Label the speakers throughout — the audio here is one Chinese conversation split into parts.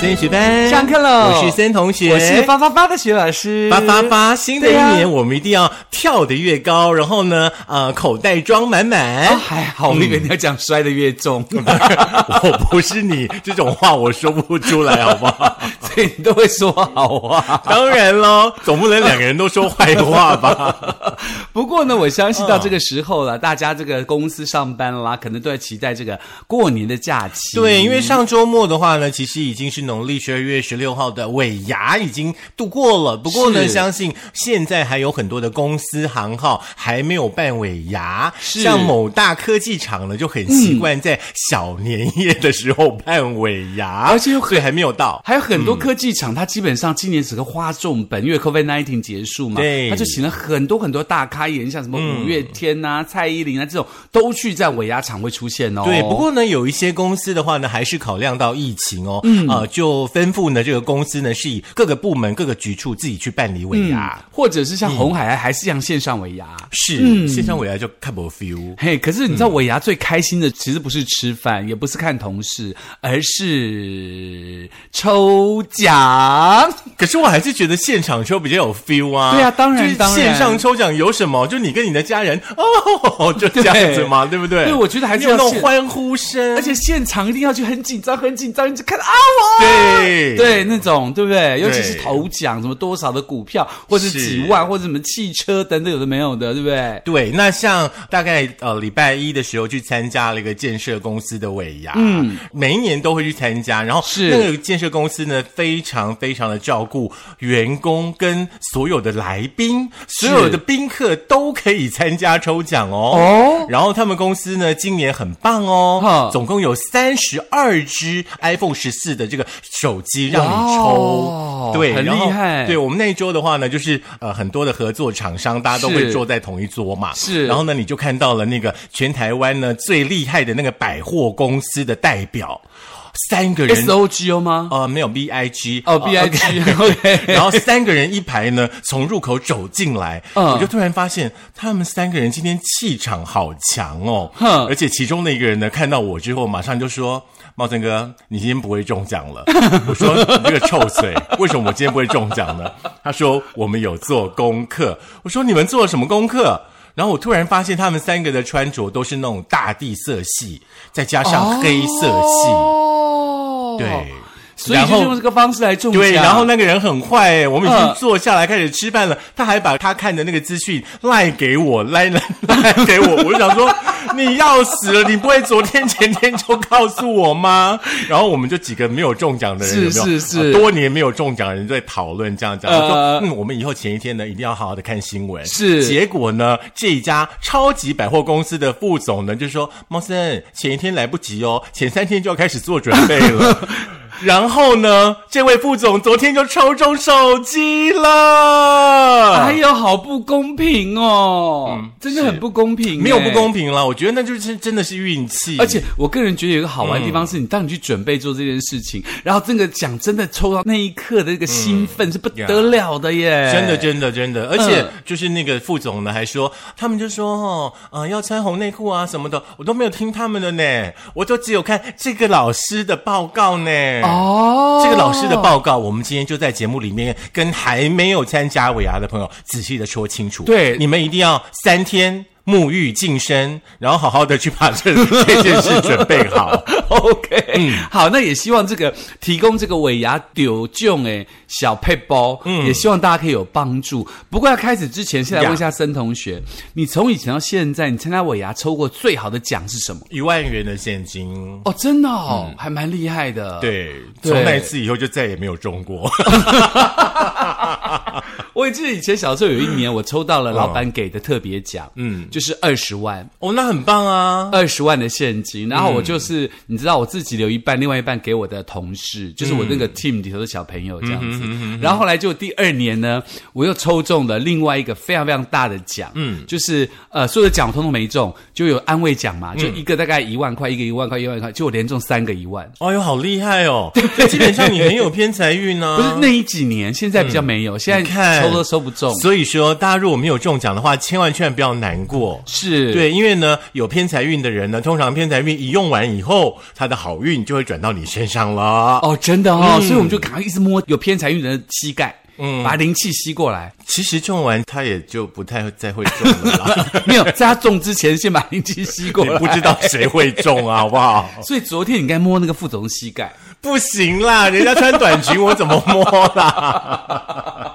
Speaker 1: 森学班
Speaker 2: 上课喽
Speaker 1: 我是森同学，
Speaker 2: 我是发发发的徐老师，
Speaker 1: 八八八！新的一
Speaker 2: 对啊
Speaker 1: 年我们一定要跳得越高，然后呢，呃，口袋装满满。
Speaker 2: 哦，还好，我以为你要讲摔得越重，
Speaker 1: 我不是你这种话，我说不出来，好不好？
Speaker 2: 所以你都会说 好话。
Speaker 1: 当然喽，总不能两个人都说坏话吧？
Speaker 2: 不过呢，我相信
Speaker 1: 嗯
Speaker 2: 到这个时候了，大家这个公司上班啦，可能都在期待这个过年的假期。
Speaker 1: 对，因为上周末的话呢，其实已经是农历十二月十六号的尾牙已经度过了。不过呢，
Speaker 2: 是
Speaker 1: 相信现在还有很多的公司行号还没有办尾牙，
Speaker 2: 是
Speaker 1: 像某大科技厂呢就很习惯在小年夜的时候办尾牙，而且有所以还没有到。
Speaker 2: 还有很多科技厂，它基本上今年整个花重本，因为 COVID nineteen 结束嘛，
Speaker 1: 对嗯
Speaker 2: 它就请了很多很多大咖艺人，像什么五月天呐、蔡依林啊这种，都去在尾牙场会出现哦。
Speaker 1: 对，不过呢，有一些公司的话呢，还是考量到疫情哦，嗯，呃，就吩咐呢，这个公司呢是以各个部门、各个局处自己去办理尾
Speaker 2: 嗯
Speaker 1: 牙。，
Speaker 2: 或者是像红海啊还是一样线上尾牙。
Speaker 1: 是，线上尾牙就看不 feel。
Speaker 2: 嘿，可是你
Speaker 1: 嗯
Speaker 2: 知道尾牙最开心的其实不是吃饭，也不是看同事，而是抽奖。
Speaker 1: 可是我还是觉得现场抽比较有 feel 啊。
Speaker 2: 对啊当然
Speaker 1: 就是
Speaker 2: 当然
Speaker 1: 线上抽奖有什么？就你跟你的家人哦，就这样子嘛，对不对？
Speaker 2: 对我觉得还是
Speaker 1: 没有那
Speaker 2: 要
Speaker 1: 种
Speaker 2: 现
Speaker 1: 欢呼声，
Speaker 2: 而且现场一定要去很紧张，很紧张，你就看到啊我，
Speaker 1: 对
Speaker 2: 对那种对不对？尤其是
Speaker 1: 对
Speaker 2: 头奖，什么多少的股票，或者
Speaker 1: 是
Speaker 2: 几万，或者什么汽车等等，有的没有的，对不对？
Speaker 1: 对，那像大概呃礼拜一的时候去参加了一个建设公司的尾牙，嗯，每一年都会去参加，然后
Speaker 2: 是
Speaker 1: 那个建设公司呢非常非常的照顾员工跟所有的来宾，所有的宾客都可以参加抽奖哦。
Speaker 2: 哦，
Speaker 1: 然后他们公司呢今年很棒哦
Speaker 2: 哈，
Speaker 1: 总共有三十二只 iPhone 十四的这个手机让你抽
Speaker 2: 哇，
Speaker 1: 对，
Speaker 2: 很
Speaker 1: 然后
Speaker 2: 厉害
Speaker 1: 对我们那一周的话呢，就是呃很多的合作厂商大家都会
Speaker 2: 是
Speaker 1: 坐在同一桌嘛，
Speaker 2: 是
Speaker 1: 然后呢，你就看到了那个全台湾呢最厉害的那个百货公司的代表，三个人
Speaker 2: S。O G O 吗？
Speaker 1: 呃，没有 B I G 呃
Speaker 2: 哦，B I G OK，
Speaker 1: 然后三个人一排呢，从入口走进来，
Speaker 2: 嗯
Speaker 1: 我就突然发现他们三个人今天气场好强哦，
Speaker 2: 哼
Speaker 1: 而且其中的一个人呢，看到我之后，马上就说：“茂森哥，你今天不会中奖 了。”我说：“你这个臭嘴，为什么我今天不会中奖呢？”他说：“我们有做功课。”我说：“你们做了什么功课？”然后我突然发现，他们三个的穿着都是那种大地色系，再加上黑色系，
Speaker 2: 哦，
Speaker 1: 对，
Speaker 2: 所以
Speaker 1: 然
Speaker 2: 就
Speaker 1: 后
Speaker 2: 是用这个方式来中奖。
Speaker 1: 对，然后？那个人很坏、欸，我们已经
Speaker 2: 嗯
Speaker 1: 坐下来开始吃饭了，他还把他看的那个资讯赖给我，赖赖赖给我，我就想说你要死了，你不会昨天前天就告诉我 吗？然后我们就几个没有中奖的人，
Speaker 2: 是
Speaker 1: 有没有
Speaker 2: 是是
Speaker 1: 啊多年没有中奖的人就在讨论这样讲，我说
Speaker 2: 呃
Speaker 1: 嗯，我们以后前一天呢一定要好好的看新闻。
Speaker 2: 是
Speaker 1: 结果呢，这一家超级百货公司的副总呢就说，猫森前一天来不及哦，前三天就要开始做准备了。 然后呢，这位副总昨天就抽中手机了。
Speaker 2: 哎呦，好不公平哦！真的很不公平、
Speaker 1: 嗯没有不
Speaker 2: 哎
Speaker 1: 公平了，我觉得那就是真的是运气，
Speaker 2: 而且我个人觉得有一个好玩的地方是，你当你去准备做这件事情，然后这个奖真的抽到那一刻的这个兴奋是不得了的耶！
Speaker 1: 嗯真的，真的，真的，而且
Speaker 2: 嗯
Speaker 1: 就是那个副总呢，还说他们就说哦，呃，要穿红内裤啊什么的，我都没有听他们的呢，我都只有看这个老师的报告呢。
Speaker 2: 哦，
Speaker 1: 这个老师的报告，我们今天就在节目里面跟还没有参加尾牙的朋友仔细的说清楚。
Speaker 2: 对
Speaker 1: 你们一定要三天沐浴净身，然后好好的去把这 这件事准备 好。
Speaker 2: OK，、好，嗯那也希望这个提供这个尾牙丢囧诶小配包，
Speaker 1: 嗯
Speaker 2: 也希望大家可以有帮助。不过要开始之前，先来问一下森同学，你从以前到现在，你参加尾牙抽过最好的奖是什么？
Speaker 1: 一万元的现金。
Speaker 2: 哦，真的哦，还蛮厉害的。，
Speaker 1: 对，
Speaker 2: 对
Speaker 1: 从那一次以后就再也没有中 过。
Speaker 2: 我也记得以前小时候有一
Speaker 1: 嗯
Speaker 2: 年，我抽到了老板给的特别奖，嗯，就是二十万。
Speaker 1: 哦，那很棒啊！
Speaker 2: 二十万的现金，然后我
Speaker 1: 嗯
Speaker 2: 就是、你知道我自己留一半，另外一半给我的同事，就是我那
Speaker 1: 嗯
Speaker 2: 个 team 里头的小朋友这样子。然后后来就第二年呢，我又抽中了另外一个非常非常大的奖，嗯，就是呃所有的奖我通通没中，就有安慰奖嘛，
Speaker 1: 嗯
Speaker 2: 就一个大概一万块，一个一万块，一万块，就我连中三个一万。
Speaker 1: 哦哟，好 厉害哦！基本上你很有偏财运呢、
Speaker 2: 不是那一几年，现在比较没有，现在
Speaker 1: 你看
Speaker 2: 抽都抽不中，
Speaker 1: 所以说，大家如果没有中奖的话，千万千万不要难过。
Speaker 2: 是，
Speaker 1: 对，因为呢，有偏财运的人呢，通常偏财运一用完以后，他的好运就会转到你身上了。
Speaker 2: 哦，真的
Speaker 1: 嗯
Speaker 2: 哦，所以我们就赶快一直摸有偏财运的人的膝盖，嗯，把灵气吸过来。
Speaker 1: 其实中完他也就不太再会中了 啦，
Speaker 2: 没有，在他中之前先把灵气吸过
Speaker 1: 也
Speaker 2: 来。
Speaker 1: 不知道谁会中啊，好不 好？
Speaker 2: 所以昨天你该摸那个副总的膝盖，
Speaker 1: 不行啦，人家穿短裙，我怎么摸啦？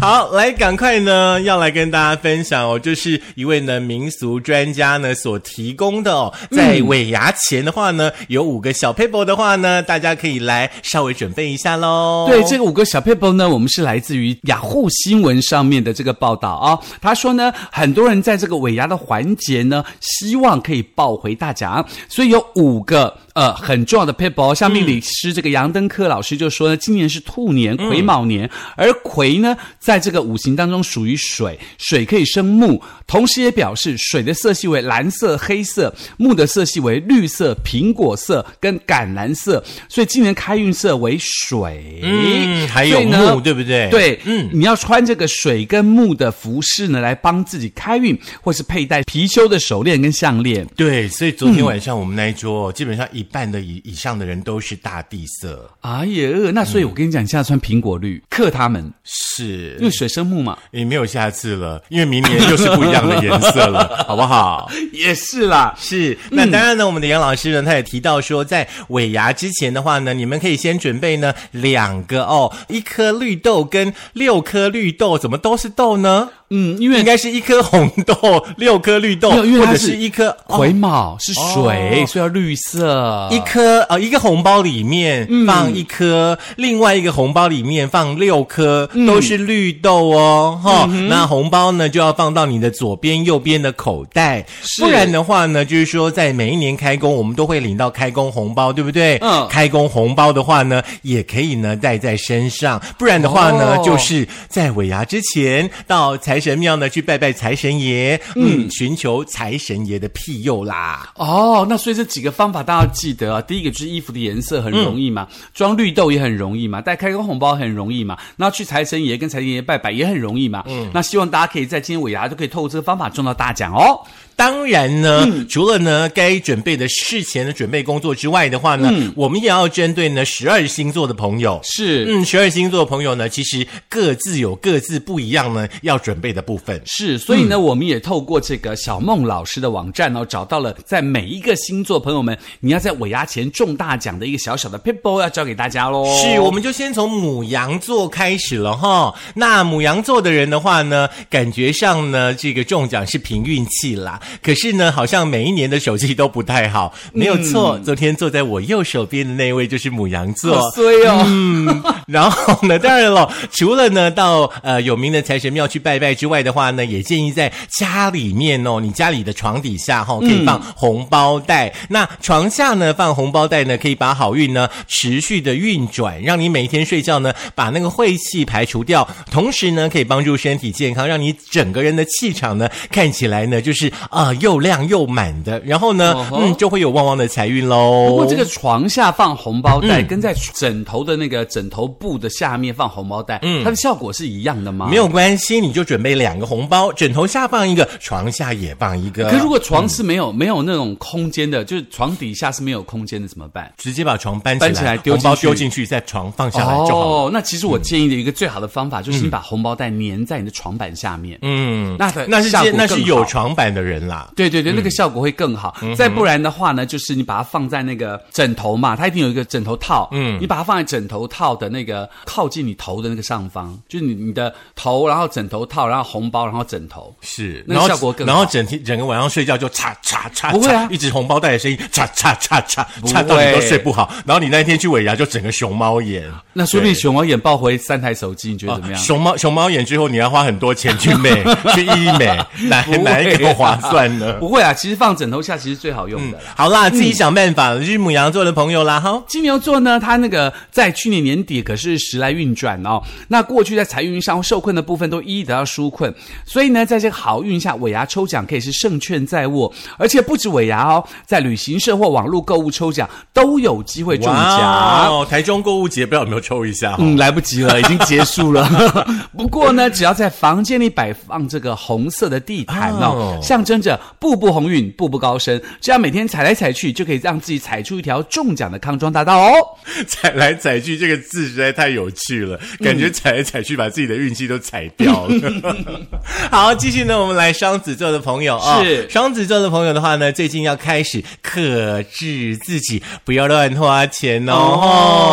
Speaker 1: 好，来，赶快呢，要来跟大家分享哦，就是一位呢民俗专家呢所提供的哦，
Speaker 2: 嗯
Speaker 1: 在尾牙前的话呢，有五个小 paper 的话呢，大家可以来稍微准备一下喽。
Speaker 2: 对，这个五个小 paper 呢，我们是来自于雅虎新闻上面的这个报道啊、他说呢，很多人在这个尾牙的环节呢，希望可以抱回大奖，所以有五个呃很重要的 paper 哦。像命理师这个杨登科老师就说呢，今年是兔年癸卯年，而癸呢，在这个五行当中属于水，水可以生木，同时也表示水的色系为蓝色、黑色，木的色系为绿色、苹果色跟橄榄色，所以今年开运色为水。
Speaker 1: 嗯还有
Speaker 2: 所以呢
Speaker 1: 木对不对
Speaker 2: 对，
Speaker 1: 嗯
Speaker 2: 嗯，你要穿这个水跟木的服饰呢，来帮自己开运，或是佩戴貔貅的手链跟项链。
Speaker 1: 对，所以昨天晚上我们那一桌、哦，基本上一半的以以上的人都是大地色，
Speaker 2: 哎呀，那所以我跟你讲，你现在穿苹果
Speaker 1: 嗯
Speaker 2: 绿克他们，
Speaker 1: 是
Speaker 2: 因为水生木嘛。
Speaker 1: 也没有下次了，因为明年又是不一样的颜色 了，好不好？
Speaker 2: 也是啦，
Speaker 1: 是，那当然呢，我们的杨老师呢，他也提到说，在尾牙之前的话呢，你们可以先准备呢两个哦，一颗绿豆跟六颗绿豆，怎么都是豆呢？
Speaker 2: 嗯，因为
Speaker 1: 应该是一颗红豆，六颗绿豆，
Speaker 2: 没有因为
Speaker 1: 或
Speaker 2: 它
Speaker 1: 者
Speaker 2: 是
Speaker 1: 是一颗
Speaker 2: 癸卯是水，
Speaker 1: 哦
Speaker 2: 所以要绿色。
Speaker 1: 一颗呃，一个红包里面
Speaker 2: 嗯
Speaker 1: 放一颗，另外一个红包里面放六颗，
Speaker 2: 嗯
Speaker 1: 都是绿豆哦，哈、那红包呢就要放到你的左边、右边的口袋，
Speaker 2: 是
Speaker 1: 不然的话呢，就是说在每一年开工，我们都会领到开工红包，对不对？
Speaker 2: 嗯
Speaker 1: 开工红包的话呢，也可以呢带在身上，不然的话呢，
Speaker 2: 哦
Speaker 1: 就是在尾牙之前到财神庙呢去拜拜财神爷，嗯，寻求财神爷的庇佑啦。
Speaker 2: 哦，那所以这几个方法大家要记得啊。第一个就是衣服的颜色很容易嘛，
Speaker 1: 嗯
Speaker 2: 装绿豆也很容易嘛，带开工红包很容易嘛，那去财神爷跟财神爷拜拜也很容易嘛。嗯，那希望大家可以在今天尾牙都可以透过这个方法中到大奖哦。
Speaker 1: 当然呢，除了呢该准备的事前的准备工作之外的话呢，我们也要针对呢十二星座的朋友。
Speaker 2: 是。
Speaker 1: 嗯，十二星座的朋友呢，其实各自有各自不一样呢要准备的部分。
Speaker 2: 是，所以呢，我们也透过这个小梦老师的网站哦，找到了在每一个星座朋友们，你要在尾牙前中大奖的一个小小的 p i p l 要教给大家喽。
Speaker 1: 是，我们就先从母羊座开始了哈。那母羊座的人的话呢，感觉上呢，这个中奖是凭运气啦。可是呢，好像每一年的手气都不太好。没有错，昨天坐在我右手边的那位就是母羊座。
Speaker 2: 好衰哦。
Speaker 1: 嗯，然后呢，当然了，除了呢到呃有名的财神庙去拜拜之外的话呢，也建议在家里面哦，你家里的床底下哈、哦、可以放红包袋，那床下呢放红包袋呢，可以把好运呢持续的运转，让你每天睡觉呢把那个晦气排除掉，同时呢可以帮助身体健康，让你整个人的气场呢看起来呢就是啊、又亮又满的，然后呢、
Speaker 2: 哦吼
Speaker 1: 嗯就会有旺旺的财运喽。
Speaker 2: 不过这个床下放红包
Speaker 1: 嗯
Speaker 2: 袋，跟在枕头的那个枕头布的下面放红包袋，它的效果是一样的吗？
Speaker 1: 嗯没。有关系，你就准备两个红包，枕头下放一个，床下也放一个。
Speaker 2: 可如果床是没有、没有那种空间的，就是床底下是没有空间的，怎么办？
Speaker 1: 直接把床搬起来，
Speaker 2: 搬起来丢
Speaker 1: 红包
Speaker 2: 进去
Speaker 1: 丢进去，在床放下来就好了。嗯
Speaker 2: 哦，那其实我建议的一个最好的方法就是你把红包袋粘在你的床板下面，
Speaker 1: 嗯，
Speaker 2: 那的
Speaker 1: 那是
Speaker 2: 效果
Speaker 1: 接那是
Speaker 2: 更
Speaker 1: 有
Speaker 2: 好
Speaker 1: 床板的人啦。
Speaker 2: 对对对，那个效果会更好。
Speaker 1: 嗯
Speaker 2: 再不然的话呢，就是你把它放在那个枕头嘛，它一定有一个枕头套，嗯，你把它放在枕头套的那个靠近你头的那个上方，就是你你的头，然后枕头套，然后红包，然后枕头。
Speaker 1: 是，
Speaker 2: 那
Speaker 1: 然后
Speaker 2: 效果更好
Speaker 1: 然后整天整个晚上睡觉就嚓嚓嚓，
Speaker 2: 不会啊
Speaker 1: 嚓一直红包袋的声音，嚓嚓嚓嚓
Speaker 2: 会
Speaker 1: 嚓到你都睡不好。然后你那一天去尾牙就整个熊猫眼，
Speaker 2: 那说不定
Speaker 1: 对哦
Speaker 2: 熊猫眼抱回三台手机，你觉得怎么样？
Speaker 1: 熊猫熊猫眼之后你要花很多钱去 美去医美，哪
Speaker 2: 不会
Speaker 1: 哪一个
Speaker 2: 啊
Speaker 1: 划算呢？嗯
Speaker 2: 不啊嗯会啊，其实放枕头下其实最好用的啦。
Speaker 1: 好啦，自己想办法，就是母羊座的朋友啦哈。
Speaker 2: 金牛座呢，它那个在去年年底可是时来运转哦。那过去在财运上受困的部分都一一得到疏纾困。所以呢，在这个好运下，尾牙抽奖可以是胜券在握，而且不止尾牙哦，在旅行社或网络购物抽奖都有机会中
Speaker 1: 哇
Speaker 2: 奖。
Speaker 1: 哦，台中购物节不知道有没有抽一下、哦？
Speaker 2: 嗯，来不及了，已经结 束了。不过呢，只要在房间里摆放这个红色的地毯哦
Speaker 1: 哦
Speaker 2: 象征着步步鸿运、步步高升，这样每天踩来踩去，就可以让自己踩出一条中奖的康庄大道哦。
Speaker 1: 踩来踩去这个字实在太有趣了，感觉踩来踩去把自己的运气都踩掉了。 好，继续呢，我们来双子座的朋友啊、
Speaker 2: 是
Speaker 1: 双子座的朋友的话呢，最近要开始克制自己，不要乱花钱哦，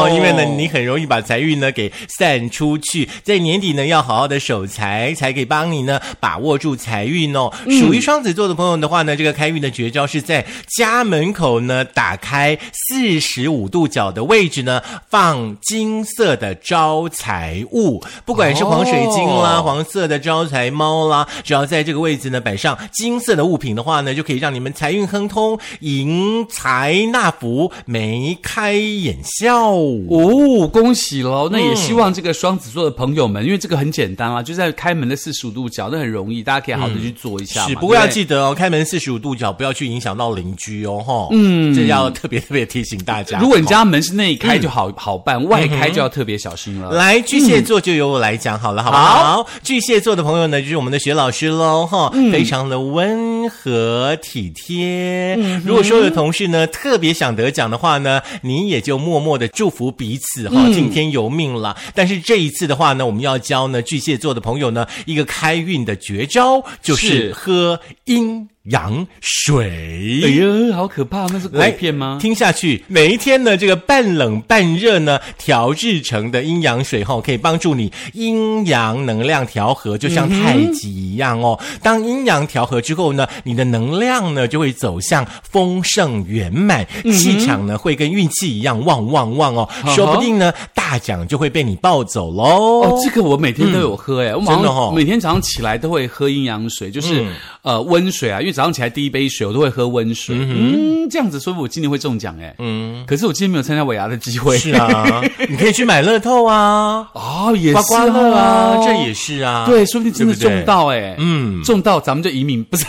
Speaker 2: 哦
Speaker 1: 因为呢，你很容易把财运呢给散出去，在年底呢要好好的守财，才可以帮你呢把握住财运哦。属于双子座的朋友的话呢，这个开运的绝招是在家门口呢打开四十五度角的位置呢放金色的招财物，不管是黄水晶啦、
Speaker 2: 哦
Speaker 1: 黄色的招财猫啦，只要在这个位置呢摆上金色的物品的话呢，就可以让你们财运亨通，迎财纳福，眉开眼笑。
Speaker 2: 哦，恭喜
Speaker 1: 嗯
Speaker 2: 喽！那也希望这个双子座的朋友们，因为这个很简单啊，就在开门的四十五度角，那很容易，大家可以好的去做一下嘛。
Speaker 1: 是，不过要
Speaker 2: 对对
Speaker 1: 记得哦，开门四十五度角，不要去影响到邻居哦，哈。嗯，这要特别特别提醒大家。
Speaker 2: 如果你家门是内开就
Speaker 1: 嗯
Speaker 2: 好、好办，外开就要特别小心了。
Speaker 1: 来，巨蟹座就由我来讲
Speaker 2: 嗯
Speaker 1: 好了，好不好？巨蟹座的朋友呢，就是我们的学老师喽，哈、
Speaker 2: 嗯
Speaker 1: 非常的温和体贴。
Speaker 2: 嗯
Speaker 1: 如果说有同事呢特别想得奖的话呢，你也就默默的祝福彼此
Speaker 2: 嗯
Speaker 1: 哈，听天由命了。但是这一次的话呢，我们要教呢巨蟹座的朋友呢一个开运的绝招，就是
Speaker 2: 是
Speaker 1: 喝阴阳水。
Speaker 2: 哎呦，好可怕！那是
Speaker 1: 来
Speaker 2: 鬼片吗？
Speaker 1: 听下去，每一天呢，这个半冷半热呢，调制成的阴阳水后，可以帮助你阴阳能量调和，就像太极一样哦。
Speaker 2: 嗯
Speaker 1: 当阴阳调和之后呢，你的能量呢就会走向丰盛圆满，
Speaker 2: 嗯
Speaker 1: 气场呢会跟运气一样旺旺旺哦，
Speaker 2: 哈
Speaker 1: 说不定呢大奖就会被你抱走喽。
Speaker 2: 哦，这个我每天都有喝哎、我
Speaker 1: 真
Speaker 2: 马
Speaker 1: 的
Speaker 2: 上、
Speaker 1: 哦嗯
Speaker 2: 每天早上起来都会喝阴阳水，就是、呃温水啊，因为早上起来第一杯水我都会喝温水，嗯这样子说不定我今年会中奖哎、嗯，可是我今天没有参加尾牙的机 会
Speaker 1: 是啊，你可以去买乐透啊，
Speaker 2: 哦，也是
Speaker 1: 刮刮乐啊
Speaker 2: 哦，
Speaker 1: 这也是啊，
Speaker 2: 对，说不定真的
Speaker 1: 对不对
Speaker 2: 中到哎、
Speaker 1: 嗯
Speaker 2: 中到咱们就移民，不是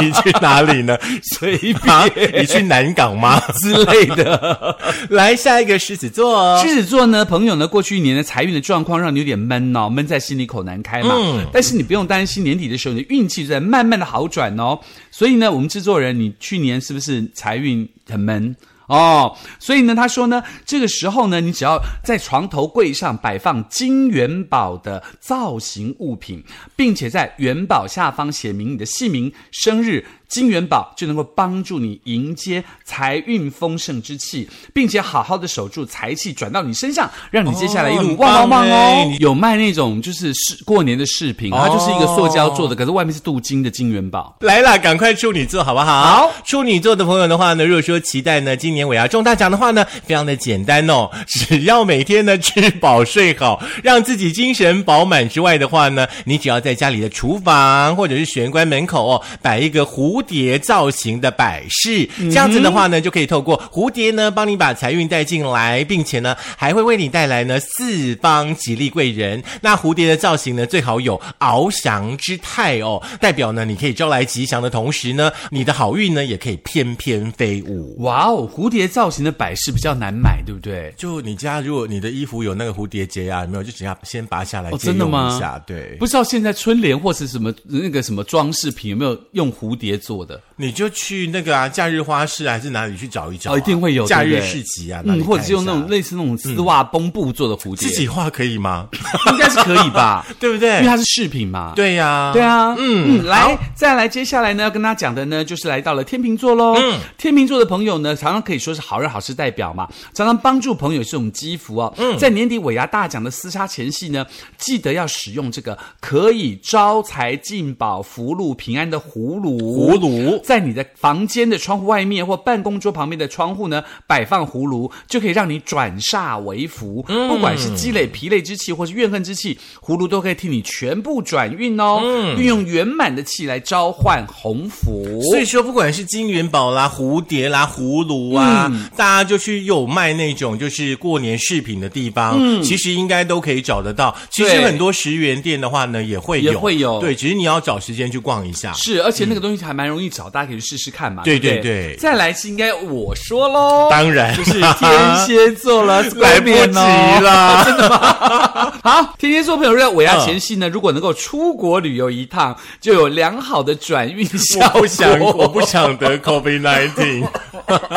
Speaker 1: 你去哪里呢？
Speaker 2: 随
Speaker 1: 啊
Speaker 2: 便，
Speaker 1: 你去南港 吗？
Speaker 2: 之类的。
Speaker 1: 来下一个狮子座，
Speaker 2: 狮子座呢，朋友呢，过去一年的财运的状况让你有点闷哦，闷在心里口难开嘛。
Speaker 1: 嗯
Speaker 2: 但是你不用担心，年底的时候你的运气就在慢慢的好转哦。所以呢，我们制作人，你去年是不是财运很闷？哦，所以呢，他说呢，这个时候呢，你只要在床头柜上摆放金元宝的造型物品，并且在元宝下方写明你的姓名、生日，金元宝就能够帮助你迎接财运丰盛之气，并且好好的守住财气转到你身上，让你接下来一路
Speaker 1: 哦
Speaker 2: 旺旺旺
Speaker 1: 很棒哎
Speaker 2: 哦。有卖那种就是是过年的饰品，
Speaker 1: 哦
Speaker 2: 它就是一个塑胶做的，可是外面是镀金的金元宝。
Speaker 1: 来啦，赶快处女座好不好？
Speaker 2: 好，
Speaker 1: 处女座的朋友的话呢，如果说期待呢今年尾牙中大奖的话呢，非常的简单哦，只要每天呢吃饱睡好，让自己精神饱满之外的话呢，你只要在家里的厨房或者是玄关门口哦，摆一个蝴蝶造型的摆饰，
Speaker 2: 嗯
Speaker 1: 这样子的话呢，就可以透过蝴蝶呢帮你把财运带进来，并且呢还会为你带来呢四方吉利贵人。那蝴蝶的造型呢，最好有翱翔之态哦，代表呢你可以招来吉祥的同时呢，你的好运呢也可以翩翩飞舞。
Speaker 2: 哇哦，蝴蝶造型的摆饰比较难买，对不对？
Speaker 1: 就你家，如果你的衣服有那个蝴蝶结啊，有没有？就只要先拔下来
Speaker 2: 哦
Speaker 1: 借
Speaker 2: 真的
Speaker 1: 用
Speaker 2: 吗
Speaker 1: 一下。对，
Speaker 2: 不知道现在春联或是什么那个什么装饰品有没有用蝴蝶做的？
Speaker 1: 你就去那个啊，假日花市还是哪里去找一找啊、
Speaker 2: 哦，一定会有
Speaker 1: 假
Speaker 2: 对
Speaker 1: 日
Speaker 2: 不对
Speaker 1: 市集啊，哪里
Speaker 2: 嗯，或者
Speaker 1: 看一
Speaker 2: 是用那
Speaker 1: 下嗯
Speaker 2: 种类似那种丝袜绷布做的蝴蝶，
Speaker 1: 自己哎画可以吗？
Speaker 2: 应该是可 以吧？
Speaker 1: 对不
Speaker 2: 因
Speaker 1: 对
Speaker 2: 为？它是饰品嘛。。
Speaker 1: 对呀、
Speaker 2: 对啊，嗯
Speaker 1: 嗯
Speaker 2: 来，再来，接下来呢，要跟大家讲的呢，就是来到了天秤座喽。嗯，天秤座的朋友呢，常常可以说是好人好事代表嘛，常常帮助朋友是种积福哦。嗯，在年底尾牙大奖的厮杀前夕呢，记得要使用这个可以招财进宝、福禄平安的葫芦。
Speaker 1: 葫葫芦
Speaker 2: 在你的房间的窗户外面或办公桌旁边的窗户呢摆放葫芦，就可以让你转煞为福。
Speaker 1: 嗯
Speaker 2: 不管是积累疲累之气或是怨恨之气，葫芦都可以替你全部转运哦。
Speaker 1: 嗯
Speaker 2: 运用圆满的气来召唤鸿福。
Speaker 1: 所以说，不管是金元宝啦、蝴蝶啦、葫芦啊，
Speaker 2: 嗯
Speaker 1: 大家就去有卖那种就是过年饰品的地方，其实应该都可以找得到。其实
Speaker 2: 嗯对
Speaker 1: 很多十元店的话呢，也会有，
Speaker 2: 也会有
Speaker 1: 对，只是你要找时间去逛一下。
Speaker 2: 是，而且那个东西还蛮容易找，大家可以去试试看嘛。
Speaker 1: 对
Speaker 2: 对
Speaker 1: 对
Speaker 2: 不
Speaker 1: 对
Speaker 2: 再来是应该我说喽，
Speaker 1: 当然
Speaker 2: 就是天 蝎座了，
Speaker 1: 来不及
Speaker 2: 了。
Speaker 1: 啦，
Speaker 2: 好，天蝎座朋友在尾牙前夕
Speaker 1: 嗯
Speaker 2: 呢，如果能够出国旅游一趟，就有良好的转运效
Speaker 1: 我
Speaker 2: 果。
Speaker 1: 不想，我不想得 COVID nineteen。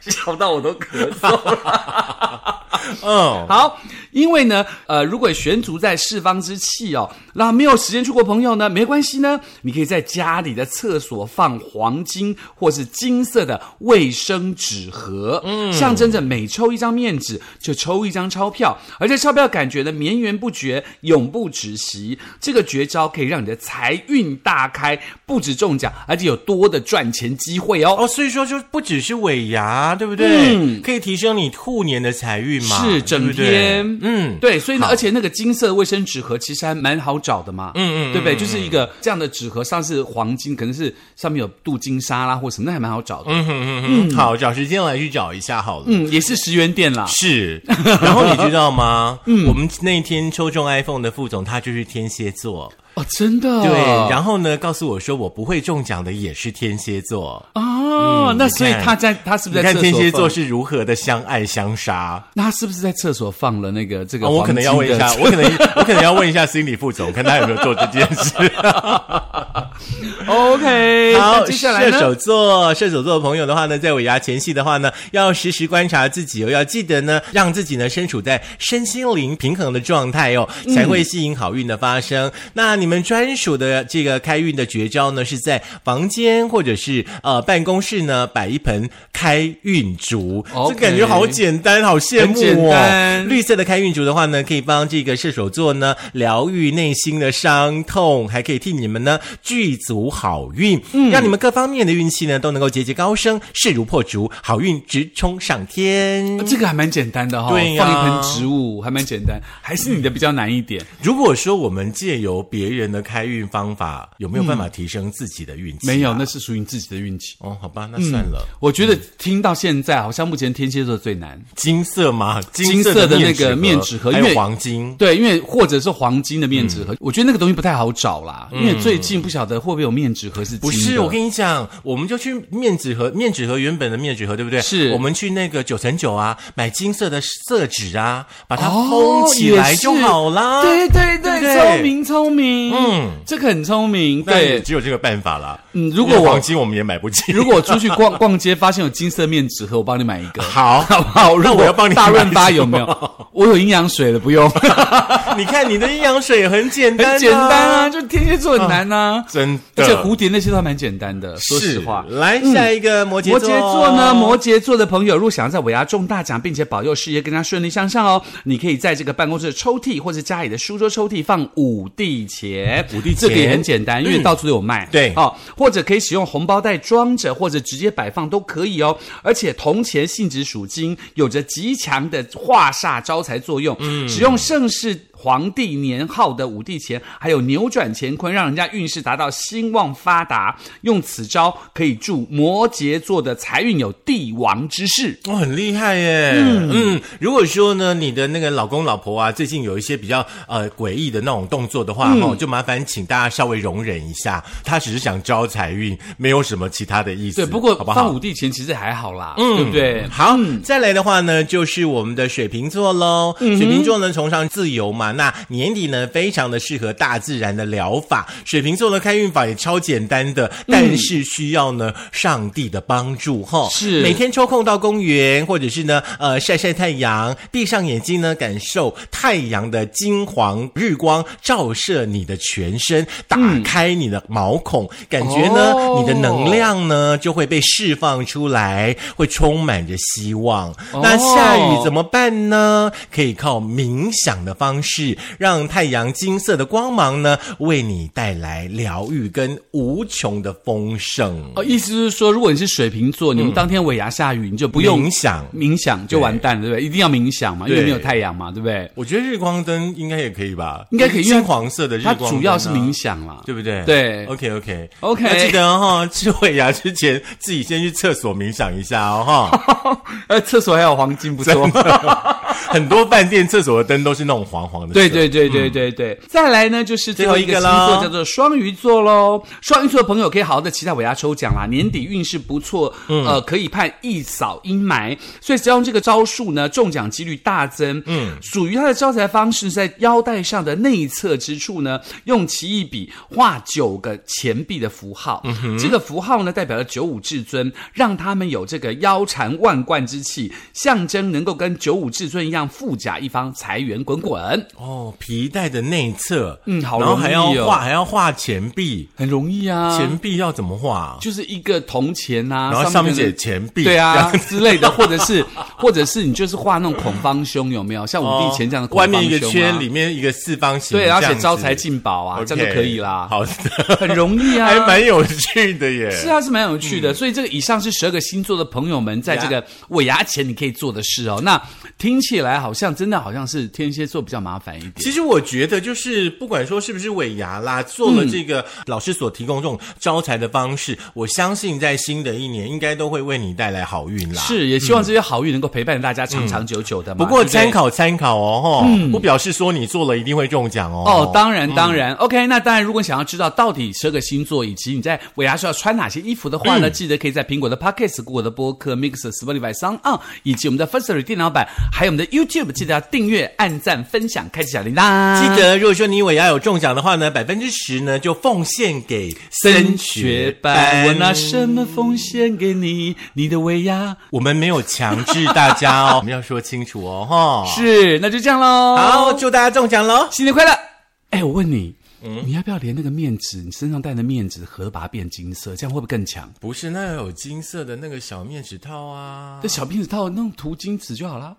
Speaker 2: 想到我都咳嗽了。
Speaker 1: 嗯，
Speaker 2: 好，因为呢，呃，如果悬足在四方之气哦，那没有时间出国朋友呢，没关系呢，你可以在家里的厕所放黄金或是金色的卫生纸盒，嗯，象征着每抽一张面纸就抽一张钞票，而这钞票感觉呢绵延不绝，永不止息。这个绝招可以让你的财运大开，不止中奖，而且有多的赚钱机会哦。
Speaker 1: 哦，所以说就不只是尾牙，对不对？可以提升你兔年的财运嘛，
Speaker 2: 是整
Speaker 1: 对不对
Speaker 2: 天，
Speaker 1: 嗯，
Speaker 2: 对，所以呢，
Speaker 1: 好
Speaker 2: 而且那个金色卫生纸盒其实还蛮好找的嘛，嗯嗯，对不对？就是一个这样的纸盒，上是黄金，可能是上面有镀金沙啦或什么，那还蛮好找的，嗯
Speaker 1: 嗯，好，找时间来去找一下好了。
Speaker 2: 也是十元店啦，
Speaker 1: 是，然后你知道吗？嗯，我们那天抽中 iPhone 的副总，他就是天蝎座，
Speaker 2: 哦，真的，
Speaker 1: 对。
Speaker 2: 后
Speaker 1: 然后呢，告诉我说我不会中奖的也是天蝎座。
Speaker 2: 哦，那所以
Speaker 1: 你看
Speaker 2: 他在他是不
Speaker 1: 你
Speaker 2: 是在
Speaker 1: 看
Speaker 2: 厕所
Speaker 1: 天蝎座
Speaker 2: 放？
Speaker 1: 是如何的相爱相杀。
Speaker 2: 那他是不是在厕所放了那个这个
Speaker 1: 啊，
Speaker 2: 黄
Speaker 1: 我可
Speaker 2: 金的？
Speaker 1: 能要问一下，我可能我可能要问一下心理副总，看他有没有做这件事。
Speaker 2: OK，
Speaker 1: 好，
Speaker 2: 那接下来
Speaker 1: 射
Speaker 2: 呢？
Speaker 1: 手座，射手座的朋友的话呢，在尾牙前夕的话呢，要时时观察自己哦，要记得呢，让自己呢身处在身心灵平衡的状态哦，
Speaker 2: 嗯
Speaker 1: 才会吸引好运的发生。那你们专属的这个开运的绝招呢，是在房间或者是呃办公室呢摆一盆开运竹
Speaker 2: OK
Speaker 1: 这感觉好简单，好羡慕哦。
Speaker 2: 很简单
Speaker 1: 绿色的开运竹的话呢，可以帮这个射手座呢疗愈内心的伤痛，还可以替你们呢具足好运，
Speaker 2: 嗯
Speaker 1: 让你们各方面的运气呢都能够节节高升，势如破竹，好运直冲上天。
Speaker 2: 这个还蛮简单的哈、
Speaker 1: 对呀
Speaker 2: 放一盆植物还蛮简单，还是你的比较难一点。
Speaker 1: 如果说我们借由别人的开运方法，有没有办法提升自己的运气、啊
Speaker 2: 嗯没有，。那是属啊嗯于你自己的运气。
Speaker 1: 哦，好吧，那算了。
Speaker 2: 我觉得
Speaker 1: 嗯
Speaker 2: 听到现在，好像目前天蝎座最难。
Speaker 1: 金色嘛，
Speaker 2: 金色
Speaker 1: 色
Speaker 2: 的那
Speaker 1: 纸
Speaker 2: 个
Speaker 1: 盒
Speaker 2: 面纸盒
Speaker 1: 还
Speaker 2: 因为
Speaker 1: 有黄金，嗯
Speaker 2: 对，因为或者是黄金的面纸盒，我觉得那个东西不太好找啦。因为最近不晓得会不会有面纸盒是金的
Speaker 1: 不是，我跟你讲，我们就去面纸盒，面纸盒原本的面纸盒，对不对？
Speaker 2: 是
Speaker 1: 我们去那个九层九啊，买金色的色纸啊，把它
Speaker 2: 哦
Speaker 1: 封起来
Speaker 2: 也是
Speaker 1: 就好啦。
Speaker 2: 对对
Speaker 1: 对
Speaker 2: 对
Speaker 1: 不对
Speaker 2: 聪明聪明，
Speaker 1: 嗯
Speaker 2: 嗯，这个很聪明。
Speaker 1: 那也
Speaker 2: 对，
Speaker 1: 只有这个办法啦。
Speaker 2: 嗯如果
Speaker 1: 因为
Speaker 2: 我
Speaker 1: 黄金我们也买不起，
Speaker 2: 如果我出去逛 逛街，发现有金色面纸盒，我帮你买一个。
Speaker 1: 好，
Speaker 2: 好不好？
Speaker 1: 那
Speaker 2: 如
Speaker 1: 我
Speaker 2: 果
Speaker 1: 要帮你
Speaker 2: 大
Speaker 1: 买
Speaker 2: 润发
Speaker 1: 什
Speaker 2: 有没有？ 我有营养水了，不用，很
Speaker 1: 你看你的阴阳水也很简单、
Speaker 2: 简单啊，，就天蝎座很难啊，
Speaker 1: 真的。
Speaker 2: 而且蝴蝶那些都还蛮简单的，说实话
Speaker 1: 是。来下一个摩羯
Speaker 2: 摩
Speaker 1: 座，啊
Speaker 2: 羯座呢，摩羯座的朋友，如果想要在尾牙中大奖，并且保佑事业更加顺利向上哦，你可以在这个办公室的抽屉或者家里的书桌抽屉放五帝钱，
Speaker 1: 五帝钱
Speaker 2: 这个也很简单，因为
Speaker 1: 嗯
Speaker 2: 到处都有卖。
Speaker 1: 对
Speaker 2: 哦，或者可以使用红包袋装着，或者直接摆放都可以哦。而且铜钱性质属金，有着极强的化煞招财作用。嗯，使用盛世。皇帝年号的五帝钱，还有扭转乾坤，让人家运势达到兴旺发达。用此招可以助摩羯座的财运有帝王之势。
Speaker 1: 哦，很厉害耶！嗯如果说呢，你的那个老公老婆啊，最近有一些比较呃诡异的那种动作的话，
Speaker 2: 嗯
Speaker 1: 哦，就麻烦请大家稍微容忍一下，他只是想招财运，没有什么其他的意思。
Speaker 2: 对，不过
Speaker 1: 好不
Speaker 2: 放
Speaker 1: 好？
Speaker 2: 五帝钱其实还好啦，对不对？
Speaker 1: 好，
Speaker 2: 嗯
Speaker 1: 再来的话呢，就是我们的水瓶座喽。水瓶座呢，崇尚自由嘛，那年底呢，非常的适合大自然的疗法。水瓶座的开运法也超简单的，
Speaker 2: 嗯
Speaker 1: 但是需要呢上帝的帮助哈。
Speaker 2: 是
Speaker 1: 每天抽空到公园，或者是呢，呃，晒晒太阳，闭上眼睛呢，感受太阳的金黄日光照射你的全身，打开你的毛孔，感觉呢，
Speaker 2: 嗯哦
Speaker 1: 你的能量。量呢就会被释放出来，会充满着希望。
Speaker 2: 哦
Speaker 1: 那下雨怎么办呢？可以靠冥想的方室，让太阳金色的光芒呢，为你带来疗愈跟无穷的丰盛。
Speaker 2: 哦，意思是说，如果你是水瓶座，你们当天尾牙下雨，你就不用
Speaker 1: 嗯冥想
Speaker 2: 冥想就完蛋了，对不对？一定要冥想嘛，因为
Speaker 1: 对
Speaker 2: 没有太阳嘛，对不对？
Speaker 1: 我觉得日光灯应该也可以吧，
Speaker 2: 应该可以因为
Speaker 1: 金黄色的日
Speaker 2: 它
Speaker 1: 光灯啊、
Speaker 2: 主要是冥想啦，
Speaker 1: 对不对？
Speaker 2: 对
Speaker 1: ，OK OK
Speaker 2: OK
Speaker 1: 那记得哈、哦，吃尾牙之前自己先去厕所冥想一下哦 哈。
Speaker 2: 呃，厕所还有黄金，不错。
Speaker 1: 很多饭店厕所的灯都是那种黄黄的，
Speaker 2: 对对对对对对，再来呢就是嗯最后一个星
Speaker 1: 最后一个
Speaker 2: 座
Speaker 1: 咯
Speaker 2: 叫做双鱼座喽。双鱼座的朋友可以好好的期待尾牙抽奖啦，年底运势不错，呃，可以盼一扫阴霾，所以只要用这个招数呢，中奖几率大增。嗯，属于他的招财方式，在腰带上的内侧之处呢，用奇异笔画九个钱币的符号，这个符号呢代表了九五至尊，让他们有这个腰缠万贯之气，象征能够跟九五至尊一样富甲一方，财源滚滚。
Speaker 1: 哦，皮带的内侧，
Speaker 2: 嗯好
Speaker 1: 然后还要
Speaker 2: 容易哦
Speaker 1: 画，还要画钱币，
Speaker 2: 很容易啊，
Speaker 1: 钱币要怎么画？
Speaker 2: 就是一个铜钱啊，
Speaker 1: 然后上面
Speaker 2: 可能
Speaker 1: 写钱币，
Speaker 2: 对
Speaker 1: 这
Speaker 2: 啊
Speaker 1: 样
Speaker 2: 之类的，或者是 或者是你就是画那种孔方胸，有没有？像五帝钱这样的孔
Speaker 1: 哦外
Speaker 2: 方胸、啊
Speaker 1: 面一个圈，里面一个四方形，
Speaker 2: 对，然后
Speaker 1: 这
Speaker 2: 写
Speaker 1: 样子
Speaker 2: 招财进宝啊
Speaker 1: OK，
Speaker 2: 这样就可以啦，
Speaker 1: 好的，
Speaker 2: 很容易啊，
Speaker 1: 还蛮嗯有趣的耶。
Speaker 2: 是啊，是蛮有趣的。所以这个以上是十二个星座的朋友们在这个尾牙前你可以做的事哦。那听起来好像真的好像是天蝎座比较麻烦一点。
Speaker 1: 其实我觉得，就是不管说是不是尾牙啦，做了
Speaker 2: 嗯
Speaker 1: 这个老师所提供这种招财的方式，我相信在新的一年应该都会为你带来好运啦。
Speaker 2: 是，也希望这些好运能够陪伴大家长长久久的
Speaker 1: 嗯
Speaker 2: 嘛。
Speaker 1: 不过
Speaker 2: 对对
Speaker 1: 参考参考哦，哈、不表示说你做了一定会中奖哦。
Speaker 2: 哦，当然当然、o k 那当然，如果想要知道到底十二个星座以及你在尾牙时候要穿哪些衣服的话呢，记得可以在苹果的 Podcast、Google 的播客、Mix、Spotify、s o n On，以及我们的 Firstory 电脑版，还有我们的 YouTube，记得要订阅、按赞、分享、开启小铃铛。
Speaker 1: 记得，如果说你尾牙有中奖的话呢，百分之十呢就奉献给
Speaker 2: 升
Speaker 1: 升
Speaker 2: 学
Speaker 1: 学
Speaker 2: 班，
Speaker 1: 班。
Speaker 2: 我拿什么奉献给你？你的尾牙
Speaker 1: 我们没有强制大家 哦，我们要说清楚哦，哈。
Speaker 2: 是，那就这样喽。
Speaker 1: 好，，祝大家中奖喽！
Speaker 2: 新年快乐！哎，我问你。你要不要连那个面纸，你身上戴的面纸盒，把它变金色，这样会不会更强？
Speaker 1: 不是，那有金色的那个小面纸套啊
Speaker 2: 这。小瓶子套弄涂金纸就好啦。